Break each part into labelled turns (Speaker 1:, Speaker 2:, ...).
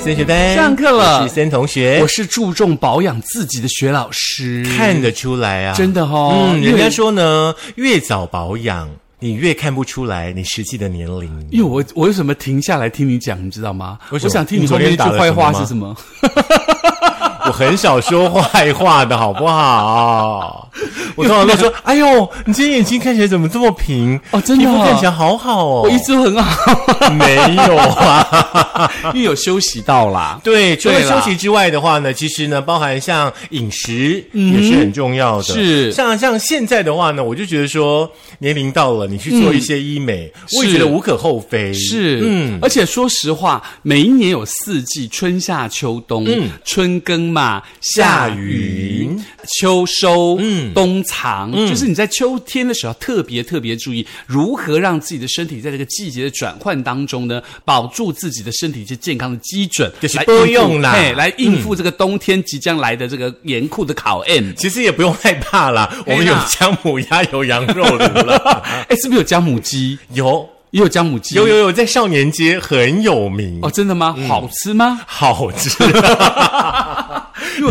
Speaker 1: 森学班
Speaker 2: 上课了
Speaker 1: 我是森同学
Speaker 2: 我，是注重保养自己的学老师，
Speaker 1: 哎看得出来啊，
Speaker 2: 真的哦
Speaker 1: 嗯，
Speaker 2: 因为
Speaker 1: 人家说呢，越早保养，你越看不出来你实际的年龄。
Speaker 2: 因为我我为什么停下来听你讲，你知道吗？
Speaker 1: 为
Speaker 2: 我
Speaker 1: 什么
Speaker 2: 想听你后面一句坏话是什么？
Speaker 1: 我很少说坏话的好不好？ 我通常都说，哎呦，你今天眼睛看起来怎么这么平？
Speaker 2: 哦真的
Speaker 1: 皮肤
Speaker 2: 啊
Speaker 1: 看起来好好哦。
Speaker 2: 我一直都很 好，
Speaker 1: 没有啊。
Speaker 2: 因为有休息到啦。
Speaker 1: 对，除了
Speaker 2: 对
Speaker 1: 休
Speaker 2: 啦
Speaker 1: 息之外的话呢，其实呢，包含像饮食也是很重要的。
Speaker 2: 嗯是
Speaker 1: 像像现在的话呢，我就觉得说，年龄到了，你去做一些医美，我也
Speaker 2: 是
Speaker 1: 觉得无可厚非。
Speaker 2: 嗯是，嗯，而且说实话，每一年有四季，春夏秋冬，嗯，春耕嘛，
Speaker 1: 夏
Speaker 2: 夏
Speaker 1: 雨
Speaker 2: 雨，秋收，
Speaker 1: 嗯
Speaker 2: 嗯，冬藏，就是你在秋天的时候特别特别注意，如何让自己的身体在这个季节的转换当中呢，保住自己的身体一些健康的基准，
Speaker 1: 就是
Speaker 2: 来
Speaker 1: 不
Speaker 2: 应付
Speaker 1: 用啦嗯
Speaker 2: 嘿来应付这个冬天即将来的这个严酷的考验。
Speaker 1: 其实也不用害怕啦，我
Speaker 2: 哎呀
Speaker 1: 们有姜母鸭，有羊肉炉 了，
Speaker 2: 哎，是不是有姜母鸡？
Speaker 1: 有
Speaker 2: 也有姜母鸡，
Speaker 1: 有嗯有有，在少年街很有名，
Speaker 2: 哦，真的吗？好吃吗？
Speaker 1: 好 吃。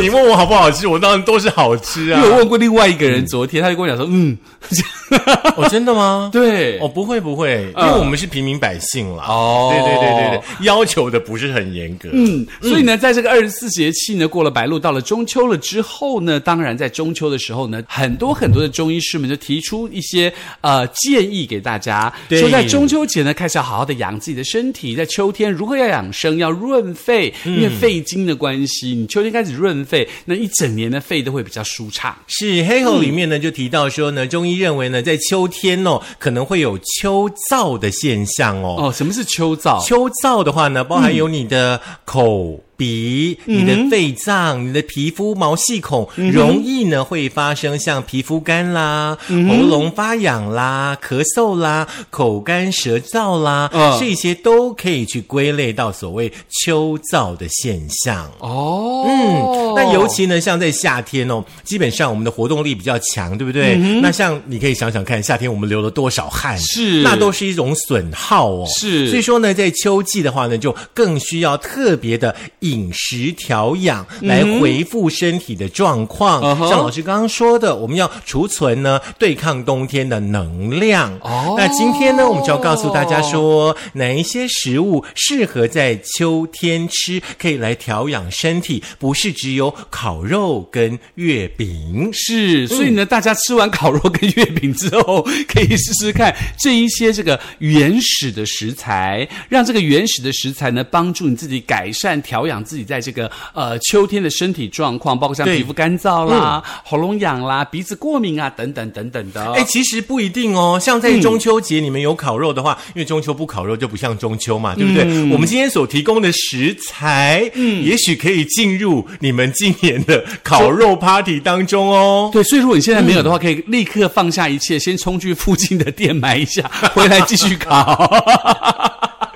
Speaker 1: 你问我好不好吃，我当然都是好吃
Speaker 2: 因
Speaker 1: 啊
Speaker 2: 为。我问过另外一个人，昨天他就跟我讲说，嗯，
Speaker 1: 哦，真的吗？
Speaker 2: 对，
Speaker 1: 哦，不会不会，因为
Speaker 2: 嗯
Speaker 1: 我们是平民百姓啦。
Speaker 2: 哦
Speaker 1: 对对对对对，要求的不是很严格。
Speaker 2: 嗯，所以呢，在这个二十四节气呢，过了白露，到了中秋了之后呢，当然在中秋的时候呢，很多很多的中医师们就提出一些呃建议给大家，
Speaker 1: 对
Speaker 2: 说在中秋节呢，开始要好好的养自己的身体，在秋天如何要养生，要润肺，因为
Speaker 1: 嗯
Speaker 2: 肺经的关系，你秋天开始润肺，那一整年的肺都会比较舒畅。
Speaker 1: 是黑猴里面呢就提到说呢，中医认为呢，在秋天哦可能会有秋燥的现象哦。
Speaker 2: 哦，什么是秋燥？
Speaker 1: 秋燥的话呢，包含有你的口。鼻、你的肺脏、你的皮肤毛细孔，容易呢会发生像皮肤干啦、喉咙发痒啦、咳嗽啦、口干舌燥啦，
Speaker 2: 嗯
Speaker 1: 这些都可以去归类到所谓秋燥的现象。
Speaker 2: 哦，
Speaker 1: 嗯，那尤其呢，像在夏天哦，基本上我们的活动力比较强，对不对？
Speaker 2: 嗯
Speaker 1: 那像你可以想想看，夏天我们流了多少汗，
Speaker 2: 是
Speaker 1: 那都是一种损耗哦。
Speaker 2: 是
Speaker 1: 所以说呢，在秋季的话呢，就更需要特别的饮食调养来回复身体的状况。
Speaker 2: 嗯哼
Speaker 1: 像老师刚刚说的，我们要储存呢对抗冬天的能量。
Speaker 2: 哦
Speaker 1: 那今天呢，我们就要告诉大家说，哪一些食物适合在秋天吃，可以来调养身体，不是只有烤肉跟月饼。
Speaker 2: 是，所以呢，
Speaker 1: 嗯
Speaker 2: 大家吃完烤肉跟月饼之后，可以试试看这一些这个原始的食材，让这个原始的食材呢，帮助你自己改善调养自己在这个呃秋天的身体状况，包括像
Speaker 1: 对嗯
Speaker 2: 皮肤干燥啦、喉咙痒啦、鼻子过敏啊等等等等的。
Speaker 1: 哎，其实不一定哦。像在中秋节你们有烤肉的话，
Speaker 2: 嗯
Speaker 1: 因为中秋不烤肉就不像中秋嘛，对不对？我们今天所提供的食材，嗯，也许可以进入你们今年的烤肉 party 当中哦。
Speaker 2: 对，所以如果你现在没有的话，可以立刻放下一切，先冲去附近的店买一下，回来继续 烤。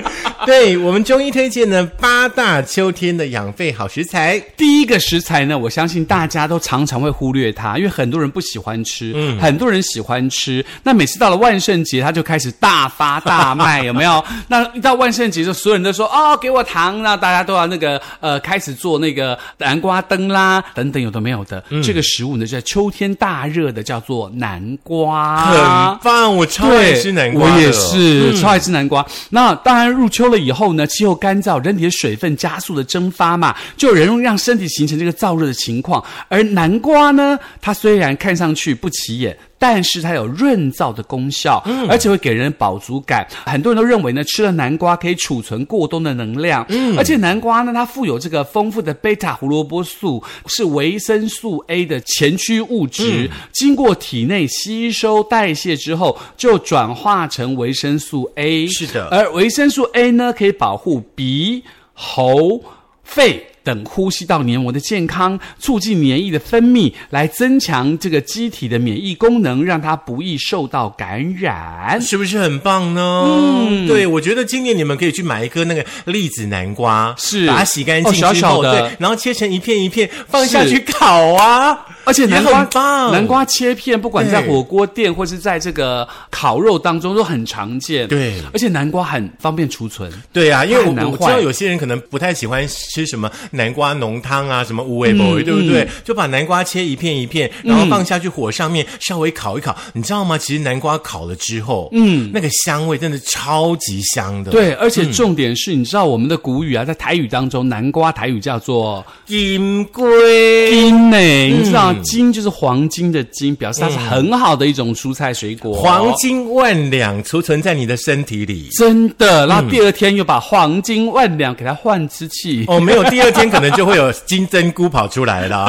Speaker 1: 对我们中医推荐的八大秋天的养肺好食材。
Speaker 2: 第一个食材呢，我相信大家都常常会忽略它，因为很多人不喜欢吃，很多人喜欢吃。那每次到了万圣节，它就开始大发大卖，有没有？那一到万圣节，就所有人都说哦，给我糖，那大家都要那个呃，开始做那个南瓜灯啦，等等，有的没有的。这个食物呢，就在秋天大热的，叫做南瓜，
Speaker 1: 很棒，我超爱
Speaker 2: 对，
Speaker 1: 吃南瓜的嗯
Speaker 2: 我也是、超爱吃南瓜。那当然，入秋了以后呢，气候干燥，人体的水分加速的蒸发嘛，就有容易让身体形成这个燥热的情况。而南瓜呢，它虽然看上去不起眼。但是它有润燥的功效，
Speaker 1: 嗯
Speaker 2: 而且会给人饱足感。很多人都认为呢，吃了南瓜可以储存过冬的能量，
Speaker 1: 嗯
Speaker 2: 而且南瓜呢，它富有这个丰富的贝塔胡萝卜素，是维生素 A 的前驱物质，
Speaker 1: 嗯
Speaker 2: 经过体内吸收代谢之后，就转化成维生素 A。
Speaker 1: 是的
Speaker 2: 而维生素 A 呢，可以保护鼻、喉、肺。等呼吸道黏膜的健康，促进黏液的分泌，来增强这个机体的免疫功能，让它不易受到感染。
Speaker 1: 是不是很棒呢？嗯，对，我觉得今年你们可以去买一颗那个栗子南瓜，
Speaker 2: 是
Speaker 1: 把它洗干净之后，
Speaker 2: 哦小小的
Speaker 1: 对，然后切成一片一片放下
Speaker 2: 是
Speaker 1: 去烤啊，
Speaker 2: 而且
Speaker 1: 也
Speaker 2: 南瓜
Speaker 1: 很棒
Speaker 2: 南瓜切片，不管
Speaker 1: 对
Speaker 2: 在火锅店或是在这个烤肉当中都很常见。
Speaker 1: 对
Speaker 2: 而且南瓜很方便储存。
Speaker 1: 对啊，因为我
Speaker 2: 太难
Speaker 1: 我知道
Speaker 2: 坏
Speaker 1: 有些人可能不太喜欢吃什么南瓜浓汤啊，什么无味
Speaker 2: 嗯
Speaker 1: 博，对不对？就把南瓜切一片一片，然后放下去火上面稍微烤一烤，你知道吗？其实南瓜烤了之后，嗯，那个香味真的超级香的。，
Speaker 2: 对，而
Speaker 1: 嗯
Speaker 2: 且重点是，你知道我们的古语啊，在台语当中，南瓜台语叫做
Speaker 1: 金嗯龟
Speaker 2: 金呢、你知道金就是黄金的金，表示它是很好的一种蔬菜水果。
Speaker 1: 嗯黄金万两储存在你的身体里。
Speaker 2: 真的，
Speaker 1: 嗯
Speaker 2: 然后第二天又把黄金万两给它换之气。
Speaker 1: 哦，没有，第二天可能就会有金针菇跑出来 了，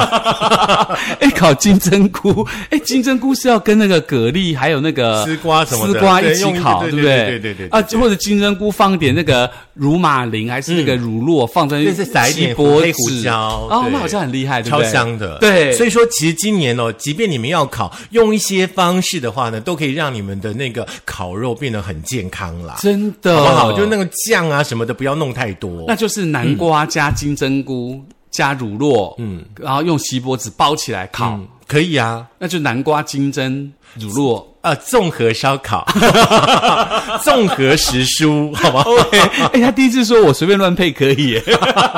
Speaker 2: 哎，烤金针菇，哎，金针菇是要跟那个蛤蜊还有那个
Speaker 1: 丝瓜什么的
Speaker 2: 丝瓜
Speaker 1: 对
Speaker 2: 一起
Speaker 1: 用
Speaker 2: 烤，
Speaker 1: 对
Speaker 2: 不
Speaker 1: 对对对对对
Speaker 2: 啊，或者金针菇放一点那个乳马铃还是那个乳酪，放在
Speaker 1: 对是撒一
Speaker 2: 锡
Speaker 1: 点
Speaker 2: 箔
Speaker 1: 黑胡
Speaker 2: 纸
Speaker 1: 椒
Speaker 2: 哦，
Speaker 1: 对
Speaker 2: 那好像很厉害，对不
Speaker 1: 超
Speaker 2: 对
Speaker 1: 香的。
Speaker 2: 对，
Speaker 1: 所以说其实今年哦，即便你们要烤，用一些方式的话呢，都可以让你们的那个烤肉变得很健康啦，
Speaker 2: 真的
Speaker 1: 好
Speaker 2: 嗯
Speaker 1: 不好？就那个嗯酱啊什么的，不要弄太多
Speaker 2: 那。就是南瓜加金针菇加乳酪，嗯，然后用锡箔纸包起来烤，
Speaker 1: 嗯，可以啊。
Speaker 2: 那就南瓜金针乳 酪。
Speaker 1: 啊，综合烧 烤，综合时蔬，好吗？
Speaker 2: 哎、他第一次说我随便乱配可以耶，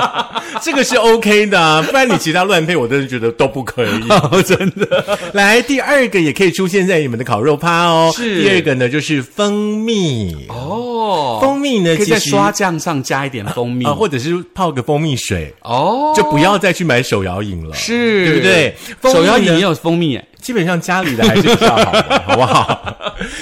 Speaker 1: 这个是 OK 的、啊，不然你其他乱配，我真的觉得都不可 以。
Speaker 2: 哦真的。
Speaker 1: 来，第二个也可以出现在你们的烤肉趴哦。
Speaker 2: 是
Speaker 1: 第二个呢，就是蜂蜜。
Speaker 2: 哦，
Speaker 1: 蜂蜜呢，
Speaker 2: 可
Speaker 1: 哎
Speaker 2: 以
Speaker 1: 其
Speaker 2: 在
Speaker 1: 实
Speaker 2: 刷酱上加一点蜂蜜
Speaker 1: 啊、或者是泡个蜂蜜水，
Speaker 2: 哦，
Speaker 1: 就不要再去买手摇饮了，
Speaker 2: 是
Speaker 1: 对不对？蜂蜜
Speaker 2: 手
Speaker 1: 呢
Speaker 2: 摇饮也有蜂蜜耶，
Speaker 1: 基本上家里的还是比较好的，好不好？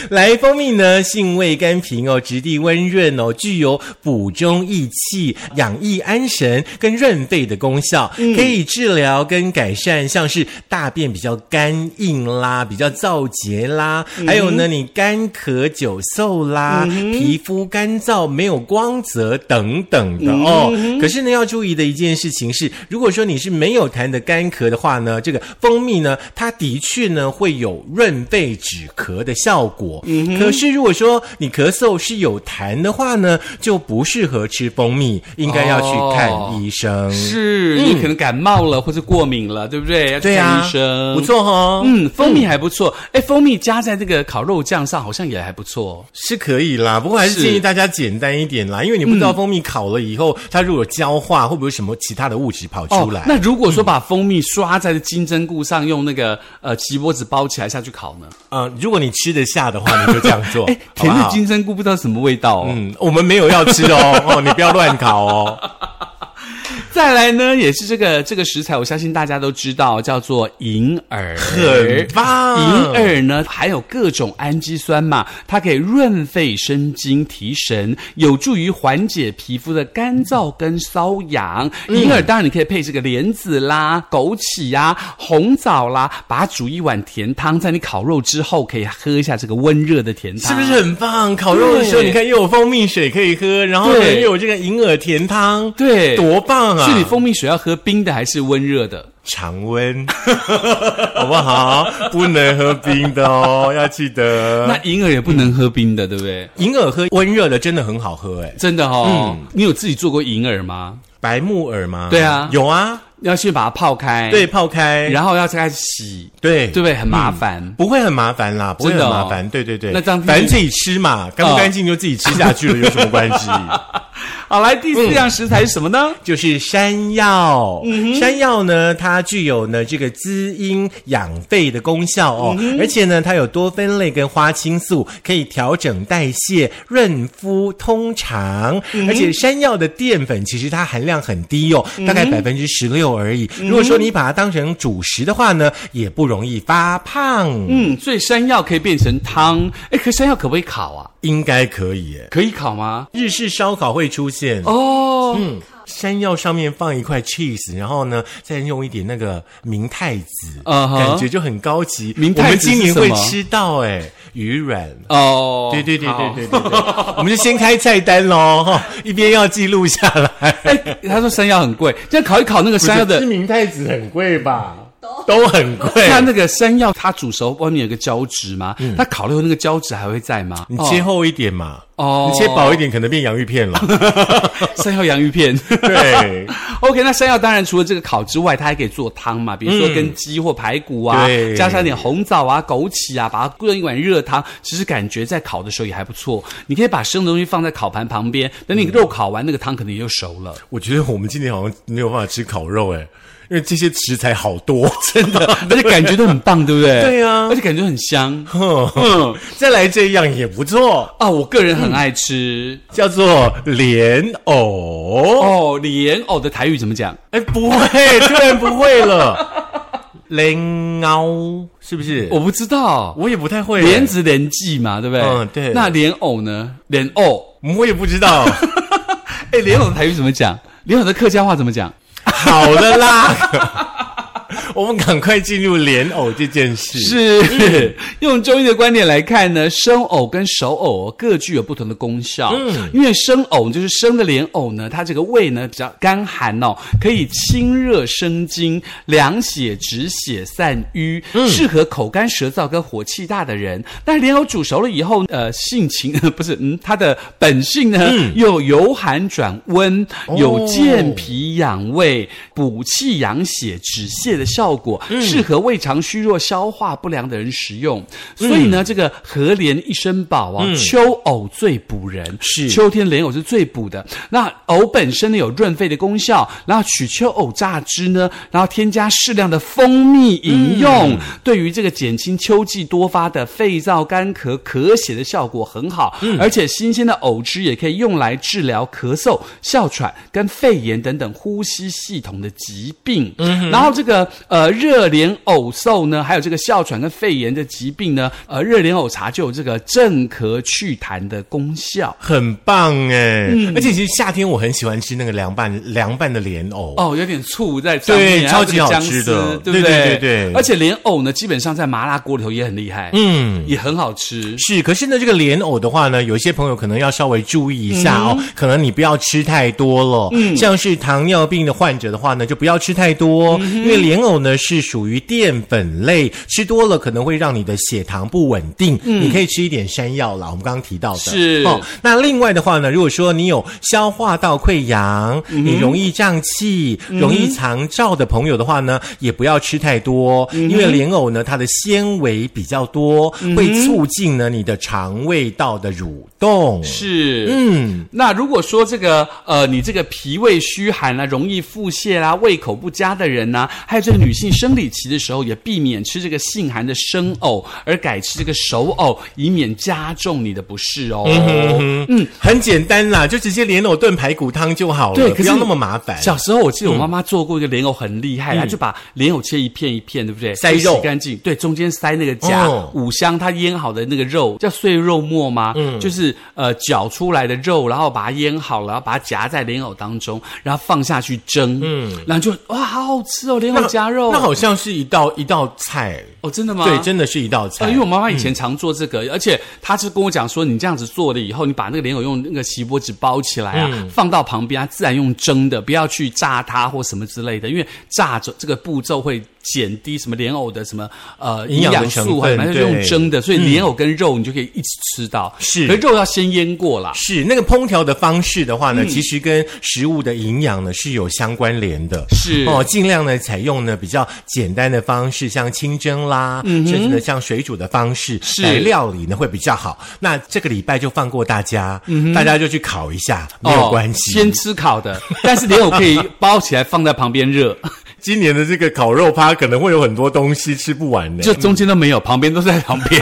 Speaker 1: 来，蜂蜜呢，性味甘平哦，质地温润哦，具有补中益气、养益安神跟润肺的功效，可以治疗跟改善像是大便比较干硬啦、比较燥结啦，还有呢，你干咳久嗽啦、皮肤干燥没有光泽等等的哦。可是呢，要注意的一件事情是，如果说你是没有痰的干咳的话呢，这个蜂蜜呢，它的确呢会有润肺止咳的效果。可是如果说你咳嗽是有痰的话呢，就不适合吃蜂蜜，应该要去看医生。
Speaker 2: 是、你可能感冒了或者过敏了，对不对？要去
Speaker 1: 对
Speaker 2: 看
Speaker 1: 啊
Speaker 2: 医生。
Speaker 1: 不。错哦，
Speaker 2: 嗯，蜂蜜还不错，哎、蜂蜜加在这个烤肉酱上好像也还不错。
Speaker 1: 是可以啦，不过还是
Speaker 2: 是嗯
Speaker 1: 建议大家简单一点啦，因为你不知道蜂蜜烤了以后，它如果有焦化，会不会有什么其他的物质跑出来？
Speaker 2: 哦那如果说嗯把蜂蜜刷在金针菇上，用那个呃锡箔纸包起来下去烤呢？
Speaker 1: 呃，如果你吃得下的话，你就这样做。
Speaker 2: 哎，
Speaker 1: 好不
Speaker 2: 甜
Speaker 1: 好
Speaker 2: 的金针菇不知道什么味道哦。
Speaker 1: 嗯，我们没有要吃哦， 哦，你不要乱搞 哦。
Speaker 2: 再来呢，也是这个这个食材，我相信大家都知道，叫做银耳，
Speaker 1: 很棒
Speaker 2: 银耳呢含有各种氨基酸嘛，它可以润肺生津、提神，有助于缓解皮肤的干燥跟瘙痒。
Speaker 1: 嗯
Speaker 2: 银耳当然你可以配这个莲子啦、枸杞呀、红枣啦，把它煮一碗甜汤，在你烤肉之后可以喝一下这个温热的甜汤，
Speaker 1: 是不是？很棒？烤肉的时候，
Speaker 2: 对
Speaker 1: 你看又有蜂蜜水可以喝，然后呢
Speaker 2: 对
Speaker 1: 又有这个银耳甜汤，
Speaker 2: 对
Speaker 1: 多棒啊！
Speaker 2: 是你蜂蜜水要喝冰的还是温热的？
Speaker 1: 常温， 好不好？不能喝冰的哦，要记
Speaker 2: 那
Speaker 1: 得。
Speaker 2: 银耳也不能喝冰的，对不对？
Speaker 1: 银耳喝温热的真的很好喝，哎，
Speaker 2: 真的哦，你有自己做过银耳吗？
Speaker 1: 白木耳吗？
Speaker 2: 对啊
Speaker 1: 有啊，
Speaker 2: 要先把它泡开，
Speaker 1: 对，，泡开，
Speaker 2: 然后要再洗，
Speaker 1: 对
Speaker 2: 对不对？很麻烦。
Speaker 1: 不会很麻烦啦，不会
Speaker 2: 真
Speaker 1: 很
Speaker 2: 的哦
Speaker 1: 麻烦，对对对，
Speaker 2: 那哦这样子
Speaker 1: 反正自己吃嘛，干不干净就自己吃下去了，有什么关 系？
Speaker 2: 好，来第四样食材是什么呢？
Speaker 1: 就是山药。山药呢，它具有呢这个滋阴养肺的功效哦，而且呢，它有多酚类跟花青素，可以调整代谢、润肤通肠。而且山药的淀粉其实它含量很低哦，大概百分之十六而已。如果说你把它当成主食的话呢，也不容易发胖。
Speaker 2: 嗯，所以山药可以变成汤，哎，可山药可不可以烤啊？
Speaker 1: 应该可以耶。
Speaker 2: 可以烤吗？
Speaker 1: 日式烧烤会出现
Speaker 2: 哦，
Speaker 1: 嗯，山药上面放一块 cheese，然后呢，再用一点那个明太子
Speaker 2: 嗯哼
Speaker 1: 感觉就很高级。
Speaker 2: 明
Speaker 1: 我
Speaker 2: 太子
Speaker 1: 们今年
Speaker 2: 是什
Speaker 1: 会
Speaker 2: 么
Speaker 1: 吃到哎、鱼软。
Speaker 2: 哦，
Speaker 1: 对对对
Speaker 2: 好
Speaker 1: 对对对对， 我们就先开菜单喽，哈，一边要记录下来。
Speaker 2: 哎，他说山药很贵，这样烤一烤那个山药
Speaker 1: 是
Speaker 2: 的，
Speaker 1: 明太子很贵吧？都很贵。
Speaker 2: 它那个山药它煮熟外面有个胶质嘛，它烤了以后那个胶质还会在吗？
Speaker 1: 嗯你
Speaker 2: 哦
Speaker 1: 切厚一点嘛，
Speaker 2: 哦
Speaker 1: 你切薄一点可能变洋芋片了。
Speaker 2: 山药洋芋片。
Speaker 1: 对，
Speaker 2: OK，那山药当然除了这个烤之外，它还可以做汤嘛，比如说跟鸡或排骨啊，
Speaker 1: 嗯对
Speaker 2: 加上点红枣啊、枸杞啊，把它炖一碗热汤，其实感觉在烤的时候也还不错。你可以把生的东西放在烤盘旁边，等你
Speaker 1: 嗯
Speaker 2: 肉烤完，那个汤可能也就熟了。
Speaker 1: 我觉得我们今年好像没有办法吃烤肉哎，因为这些食材好多，真的。
Speaker 2: 而且感觉都很棒，对不对？
Speaker 1: 对啊哦
Speaker 2: 而且感觉很 香嗯
Speaker 1: 哼，再来这样也不错，
Speaker 2: 啊！我个人很爱吃、
Speaker 1: 叫做莲藕。
Speaker 2: 哦，莲藕的台语怎么讲？
Speaker 1: 哎，不 会，突然不会了。 莲藕是不是？
Speaker 2: 我不知道，
Speaker 1: 我也不太会哎
Speaker 2: 莲子莲记嘛，对不对？
Speaker 1: 嗯对
Speaker 2: 那莲藕呢？莲藕，
Speaker 1: 我也不知 道。
Speaker 2: 哎，莲藕的台语怎么讲？莲藕的客家话怎么讲？
Speaker 1: 好了啦， 我们赶快进入莲藕这件事。
Speaker 2: 是 用中医的观点来看呢，生藕跟熟藕各具有不同的功效。嗯，因为生藕就是生的莲藕呢，它这个胃呢比较干寒哦，可以清热生津、凉血止血、散瘀，适合口干舌燥跟火气大的人。但是莲藕煮熟了以后，呃，性情 不是嗯，它的本性呢、又由寒转温，有健脾养胃、补气养血、止泻的效果，适合胃肠虚弱、消化不良的人食用。所以呢，这个荷莲一生宝啊，秋藕最补人，
Speaker 1: 是
Speaker 2: 秋天莲藕是最补的。那藕本身呢有润肺的功效，然后取秋藕榨汁呢，然后添加适量的蜂蜜饮用，对于这个减轻秋季多发的肺燥、干咳、咳血的效果很好。
Speaker 1: 嗯
Speaker 2: 而且新鲜的藕汁也可以用来治疗咳嗽、哮喘跟肺炎等等呼吸系统的疾病。
Speaker 1: 嗯
Speaker 2: 然后这个呃热莲藕嗽呢，还有这个哮喘跟肺炎的疾病呢，呃热莲藕茶就有这个镇咳祛痰的功效。
Speaker 1: 很棒哎、而且其实夏天我很喜欢吃那个凉拌凉拌的莲藕，
Speaker 2: 哦，有点醋在上面，
Speaker 1: 对
Speaker 2: 还有这
Speaker 1: 超级
Speaker 2: 个
Speaker 1: 好
Speaker 2: 姜
Speaker 1: 吃
Speaker 2: 丝
Speaker 1: 的
Speaker 2: 对不
Speaker 1: 对对对对
Speaker 2: 而且莲藕呢，基本上在麻辣锅里头也很厉害，
Speaker 1: 嗯。
Speaker 2: 也很好吃。
Speaker 1: 是，可是呢，这个莲藕的话呢，有一些朋友可能要稍微注意一下哦，可能你不要吃太多了。嗯，像是糖尿病的患者的话呢，就不要吃太多哦、因为莲藕呢是属于淀粉类，吃多了可能会让你的血糖不稳定。你可以吃一点山药啦，我们刚刚提到的。
Speaker 2: 是
Speaker 1: 哦，那另外的话呢，如果说你有消化道溃疡，
Speaker 2: 嗯
Speaker 1: 你容易胀气、容易肠燥的朋友的话呢，也不要吃太多，
Speaker 2: 嗯
Speaker 1: 因为莲藕呢它的纤维比较多，会促进呢你的肠胃道的蠕动。
Speaker 2: 是，
Speaker 1: 嗯，
Speaker 2: 那如果说这个呃，你这个脾胃虚寒啦、啊容易腹泻啦、胃口不佳的人呐、还有这个女性生理期的时候，也避免吃这个性寒的生藕，而改吃这个熟藕，以免加重你的不适哦。
Speaker 1: 嗯，很简单啦，就直接莲藕炖排骨汤就好了，
Speaker 2: 对可
Speaker 1: 不
Speaker 2: 是
Speaker 1: 要那么麻烦。
Speaker 2: 小时候我记得我妈妈做过一个莲藕，很厉害，啊她就把莲藕切一片一片，对不对？
Speaker 1: 嗯塞
Speaker 2: 就洗
Speaker 1: 肉
Speaker 2: 干净，对，中间塞那个夹
Speaker 1: 哦
Speaker 2: 五香，它腌好的那个肉叫碎肉末吗？嗯，就是呃绞出来的肉，然后把它腌好，然后把它夹在莲藕当中，然后放下去蒸，嗯，然后就哇，好好吃哦，莲藕夹肉
Speaker 1: 那，好像是一道一道菜，
Speaker 2: 哦，真的吗？
Speaker 1: 对，真的是一道菜。
Speaker 2: 呃，因为我妈妈以前
Speaker 1: 嗯
Speaker 2: 常做这个，而且她是跟我讲说，你这样子做了以后，你把那个莲藕用那个锡箔纸包起来啊，
Speaker 1: 嗯
Speaker 2: 放到旁边啊，自然用蒸的，不要去炸它或什么之类的，因为炸着这个步骤会减低什么莲藕的什么呃
Speaker 1: 营
Speaker 2: 营
Speaker 1: 养的
Speaker 2: 养
Speaker 1: 成
Speaker 2: 素啊，
Speaker 1: 分
Speaker 2: 反正
Speaker 1: 对嗯
Speaker 2: 用蒸的，所以莲藕跟肉你就可以一起吃到，
Speaker 1: 是
Speaker 2: 可肉要先腌过啦。
Speaker 1: 是那个烹调的方式的话呢，
Speaker 2: 嗯
Speaker 1: 其实跟食物的营养呢是有相关联的。
Speaker 2: 是
Speaker 1: 哦，尽量呢采用呢比较简单的方式，像清蒸啦，甚至呢像水煮的方式
Speaker 2: 嗯是
Speaker 1: 来料理呢会比较好。那这个礼拜就放过大家，大家就去烤一下，没有关系。
Speaker 2: 嗯哦先吃烤 的，但是莲藕可以包起来放在旁边热，
Speaker 1: 今年的这个烤肉趴可能会有很多东西吃不完呢。
Speaker 2: 就中间都没有，旁边都在旁 边。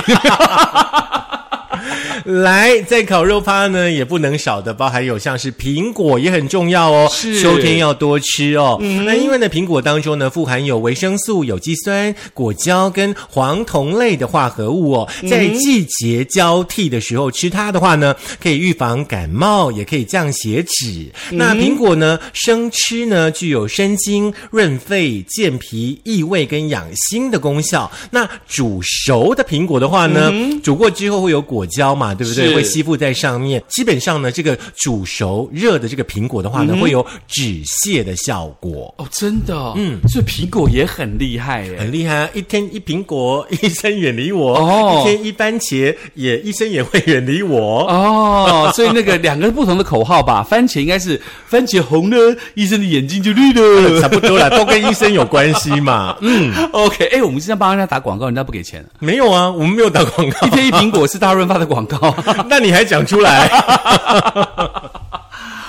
Speaker 1: 来，在烤肉趴呢，也不能少的，包含有像是苹果也很重要哦，
Speaker 2: 是
Speaker 1: 秋天要多吃哦。那因为呢，苹果当中呢富含有维生素、有机酸、果胶跟黄酮类的化合物哦，在季节交替的时候吃它的话呢，可以预防感冒，也可以降血脂。那苹果呢，生吃呢具有生津、润肺、健脾、益胃跟养心的功效。那煮熟的苹果的话呢，煮过之后会有果胶嘛，化，对不对？
Speaker 2: 是
Speaker 1: 会吸附在上面。基本上呢，这个煮熟热的这个苹果的
Speaker 2: 嗯
Speaker 1: 话呢，会有止泻的效果。
Speaker 2: 哦，真的、嗯，所以苹果也很厉害耶。
Speaker 1: 很厉害啊！一天一苹果， 医生远离我；
Speaker 2: 哦
Speaker 1: 一天一番茄，也医生也会远离我。
Speaker 2: 哦，所以那个两个不同的口号 吧，番茄应该是番茄红了，医生的眼睛就绿
Speaker 1: 差
Speaker 2: 了。
Speaker 1: 不多啦，都跟医生有关系 嘛。嗯，
Speaker 2: OK，哎、我们经常帮人家打广告，人家不给钱，
Speaker 1: 没有啊，我们没有打广告
Speaker 2: 一，天一苹果是大润发的广告。
Speaker 1: 那你还讲出来？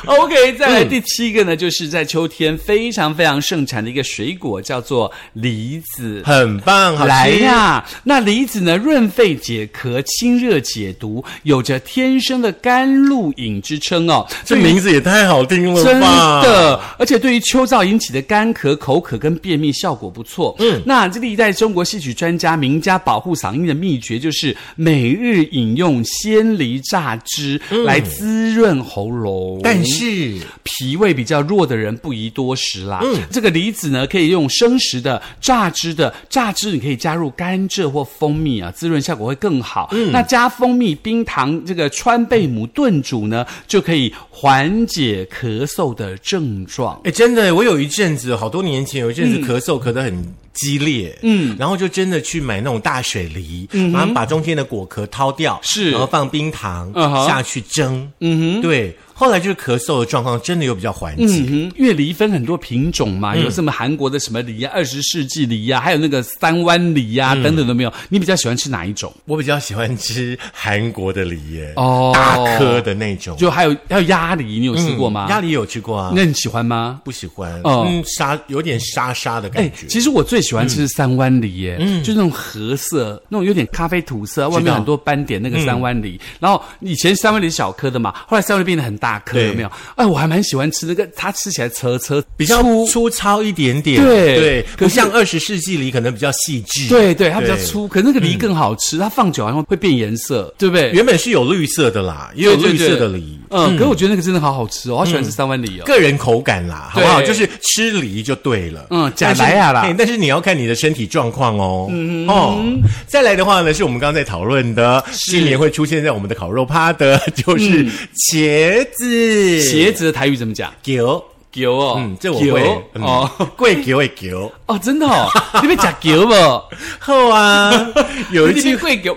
Speaker 2: OK，再来第七个呢，就是在秋天非常非常盛产的一个水果，叫做梨子。
Speaker 1: 很棒，好吃
Speaker 2: 来呀、那梨子呢，润肺解咳、清热解毒，有着天生的甘露饮之称哦。
Speaker 1: 这名字也太好听了
Speaker 2: 真
Speaker 1: 吧？
Speaker 2: 的，而且对于秋燥引起的干咳、口渴跟便秘效果不错。嗯，那这历代中国戏曲专家、名家保护嗓音的秘诀就是每日饮用鲜梨榨汁来滋润喉咙。
Speaker 1: 嗯但是
Speaker 2: 脾胃比较弱的人不宜多食啦。
Speaker 1: 嗯
Speaker 2: 这个梨子呢，可以用生食的、榨汁的，榨汁你可以加入甘蔗或蜂蜜啊，滋润效果会更好。
Speaker 1: 嗯
Speaker 2: 那加蜂蜜、冰糖，这个川贝母炖煮呢，就可以缓解咳嗽的症状。
Speaker 1: 哎、真的，我有一阵子，好多年前有一阵
Speaker 2: 嗯
Speaker 1: 子咳嗽咳得很激烈，嗯，然后就真的去买那种大水梨，嗯，然后把中间的果壳掏掉，
Speaker 2: 是
Speaker 1: 然后放冰糖、
Speaker 2: 嗯哼
Speaker 1: 下去蒸，嗯哼，对，后来就是咳嗽的状况真的有比较缓解。
Speaker 2: 嗯哼，因为梨分很多品种
Speaker 1: 嗯
Speaker 2: 嘛，有什么韩国的什么梨呀、啊、二十世纪梨呀、啊，还有那个三湾梨
Speaker 1: 嗯
Speaker 2: 呀、啊等等都没有。你比较喜欢吃哪一种？
Speaker 1: 我比较喜欢吃韩国的梨耶，
Speaker 2: 哦
Speaker 1: 大颗的那种，嗯
Speaker 2: 就还有还有鸭梨，你有吃过吗？
Speaker 1: 鸭梨有吃过啊，
Speaker 2: 那你喜欢吗？
Speaker 1: 不喜欢，
Speaker 2: 哦
Speaker 1: 嗯，沙有点沙沙的感
Speaker 2: 哎、
Speaker 1: 觉。嗯
Speaker 2: 其实我最喜欢吃三湾梨耶，就那种褐色，那种有点咖啡土色，外面很多斑点那个三湾梨。
Speaker 1: 嗯
Speaker 2: 然后以前三湾梨是小颗的嘛，后来三湾梨变得很大颗，
Speaker 1: 对
Speaker 2: 有没有？哎，我还蛮喜欢吃那个，它吃起来车车
Speaker 1: 比较粗糙一点点，
Speaker 2: 对
Speaker 1: 对，
Speaker 2: 可
Speaker 1: 不
Speaker 2: 是
Speaker 1: 像二十世纪梨可能比较细致，
Speaker 2: 对对，它比较
Speaker 1: 对嗯
Speaker 2: 粗，可是那个梨更好吃，它放久然后会变颜色，对不对？
Speaker 1: 原本是有绿色的啦，也有
Speaker 2: 对对
Speaker 1: 绿色的
Speaker 2: 对
Speaker 1: 梨。嗯
Speaker 2: 嗯，可是我觉得那个真的好好吃哦，我好喜欢吃三湾梨哦。
Speaker 1: 个人口感啦，好不好？
Speaker 2: 对
Speaker 1: 就是吃梨就对了。
Speaker 2: 嗯假
Speaker 1: 但是
Speaker 2: 来啊啦
Speaker 1: 嘿但是你要看你的身体状况哦。嗯哦，再来的话呢，是我们刚才讨论的，今年会出现在我们的烤肉趴的， 就是茄子。
Speaker 2: 嗯茄子的台语怎么讲？
Speaker 1: 球，
Speaker 2: 球哦，
Speaker 1: 嗯，这我会
Speaker 2: 球。哦
Speaker 1: 哦，贵球会球，
Speaker 2: 哦，真 的哦，你们讲球不？
Speaker 1: 好啊。 有一
Speaker 2: 你
Speaker 1: 句
Speaker 2: 们 贵球。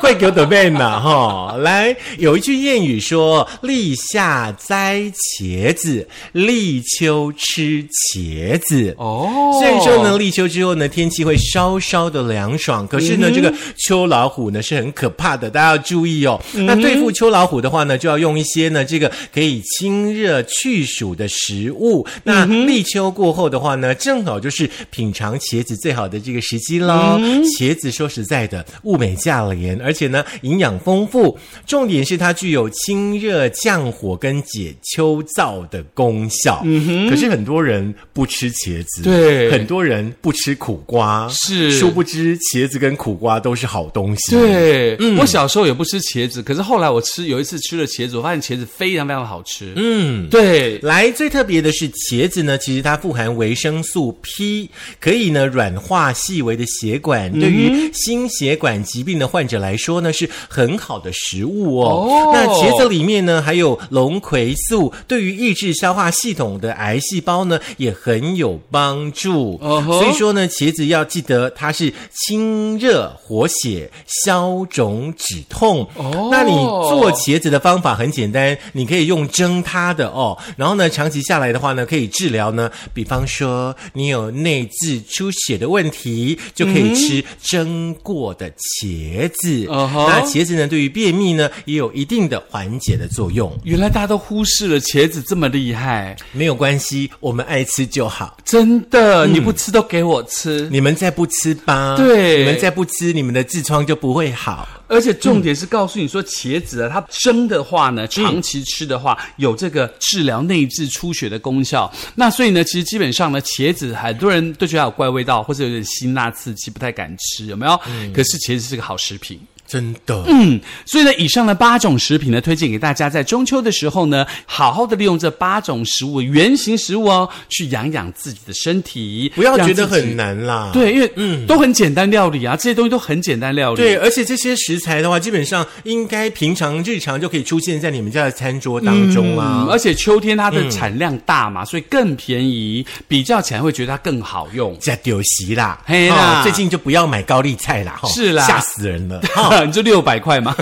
Speaker 1: 快给我准备呢哈！来，有一句谚语说：“立夏摘茄子，立秋吃茄子。”
Speaker 2: 哦
Speaker 1: 虽然说呢，立秋之后呢，天气会稍稍的凉爽，可是呢，这个秋老虎呢是很可怕的，大家要注意哦。那对付秋老虎的话呢，就要用一些呢这个可以清热去暑的食物。那立秋过后的话呢，正好就是品尝茄子最好的这个时机喽。茄子说实在的，物美价廉，而且呢营养丰富，重点是它具有清热降火跟解秋燥的功效。嗯哼，可是很多人不吃茄子。
Speaker 2: 对
Speaker 1: 很多人不吃苦瓜，
Speaker 2: 是
Speaker 1: 殊不知茄子跟苦瓜都是好东西。，
Speaker 2: 对，我小时候也不吃茄子，可是后来我吃有一次吃了茄子，我发现茄子非常非常好吃。嗯，对，
Speaker 1: 来最特别的是茄子呢，其实它富含维生素 P，可以呢软化细微的血
Speaker 2: 嗯
Speaker 1: 管，对于心血管疾病的患者来说呢是很好的食物哦。
Speaker 2: 哦
Speaker 1: 那茄子里面呢还有龙葵素，对于抑制消化系统的癌细胞呢也很有帮助。
Speaker 2: 哦吼
Speaker 1: 所以说呢，茄子要记得它是清热活血、消肿止痛。
Speaker 2: 哦
Speaker 1: 那你做茄子的方法很简单，你可以用蒸它的哦。然后呢，长期下来的话呢，可以治疗呢，比方说你有内痔出血的问题，就可以吃蒸过的茄子。
Speaker 2: 嗯哼
Speaker 1: 那茄子呢，对于便秘呢，也有一定的缓解的作用。
Speaker 2: 原来大家都忽视了茄子这么厉害，
Speaker 1: 没有关系，我们爱吃就好。
Speaker 2: 真的，你不吃都给我吃。
Speaker 1: 你们再不吃吧，
Speaker 2: 对
Speaker 1: 你们再不吃，你们的痔疮就不会好。
Speaker 2: 而且重点是告诉你说，茄子啊，它蒸的话呢，长期吃的话，有这个治疗内痔出血的功效。那所以呢，其实基本上呢，茄子很多人都觉得它有怪味道，或者有点辛辣刺激，不太敢吃，有没有？可是茄子是个好食品。
Speaker 1: 真的，
Speaker 2: 嗯，所以呢，以上的八种食品呢，推荐给大家，在中秋的时候呢，好好的利用这八种食物原型食物哦，去养养自己的身体，
Speaker 1: 不要觉得
Speaker 2: 让自己
Speaker 1: 很。难啦。
Speaker 2: 对，因为嗯，都很简单料理啊，这些东西都很简单料理。
Speaker 1: 对，而且这些食食材的话，基本上应该平常日常就可以出现在你们家的餐桌当中啊啦。
Speaker 2: 嗯，而且秋天它的产量大嘛，所以更便宜，比较起来会觉得它更好用。
Speaker 1: 加丢席啦，
Speaker 2: 嘿啦
Speaker 1: 哦最近就不要买高丽菜啦，哈、
Speaker 2: 是啦
Speaker 1: 吓死人 了。
Speaker 2: 你就六百块嘛，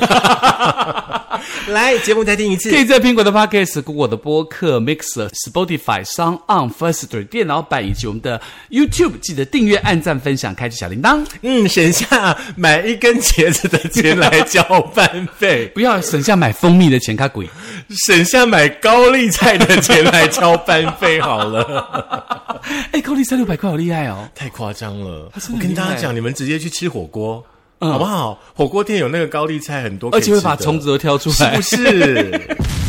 Speaker 1: 来，节目再听一次
Speaker 2: 可。以在苹果的 Podcast、Google 的播客、Mixer、Spotify、Sound On、First Story 电脑版以及我们的 YouTube，记得订阅、按赞、分享、开启小铃铛，
Speaker 1: 嗯，省下买一根茄子的钱来交班费，
Speaker 2: 不要省下买蜂蜜的钱，卡鬼。
Speaker 1: 省下买高丽菜的钱来交班费好了。
Speaker 2: 哎，高丽菜六百块好厉害哦！
Speaker 1: 太夸张了！
Speaker 2: 真
Speaker 1: 我跟
Speaker 2: 的很厉
Speaker 1: 大家
Speaker 2: 害
Speaker 1: 讲，你们直接去吃火锅，
Speaker 2: 嗯
Speaker 1: 好不好？火锅店有那个高丽菜很多可以
Speaker 2: 而
Speaker 1: 吃
Speaker 2: 且
Speaker 1: 的，
Speaker 2: 会把虫子都挑出
Speaker 1: 是
Speaker 2: 来
Speaker 1: 不。是？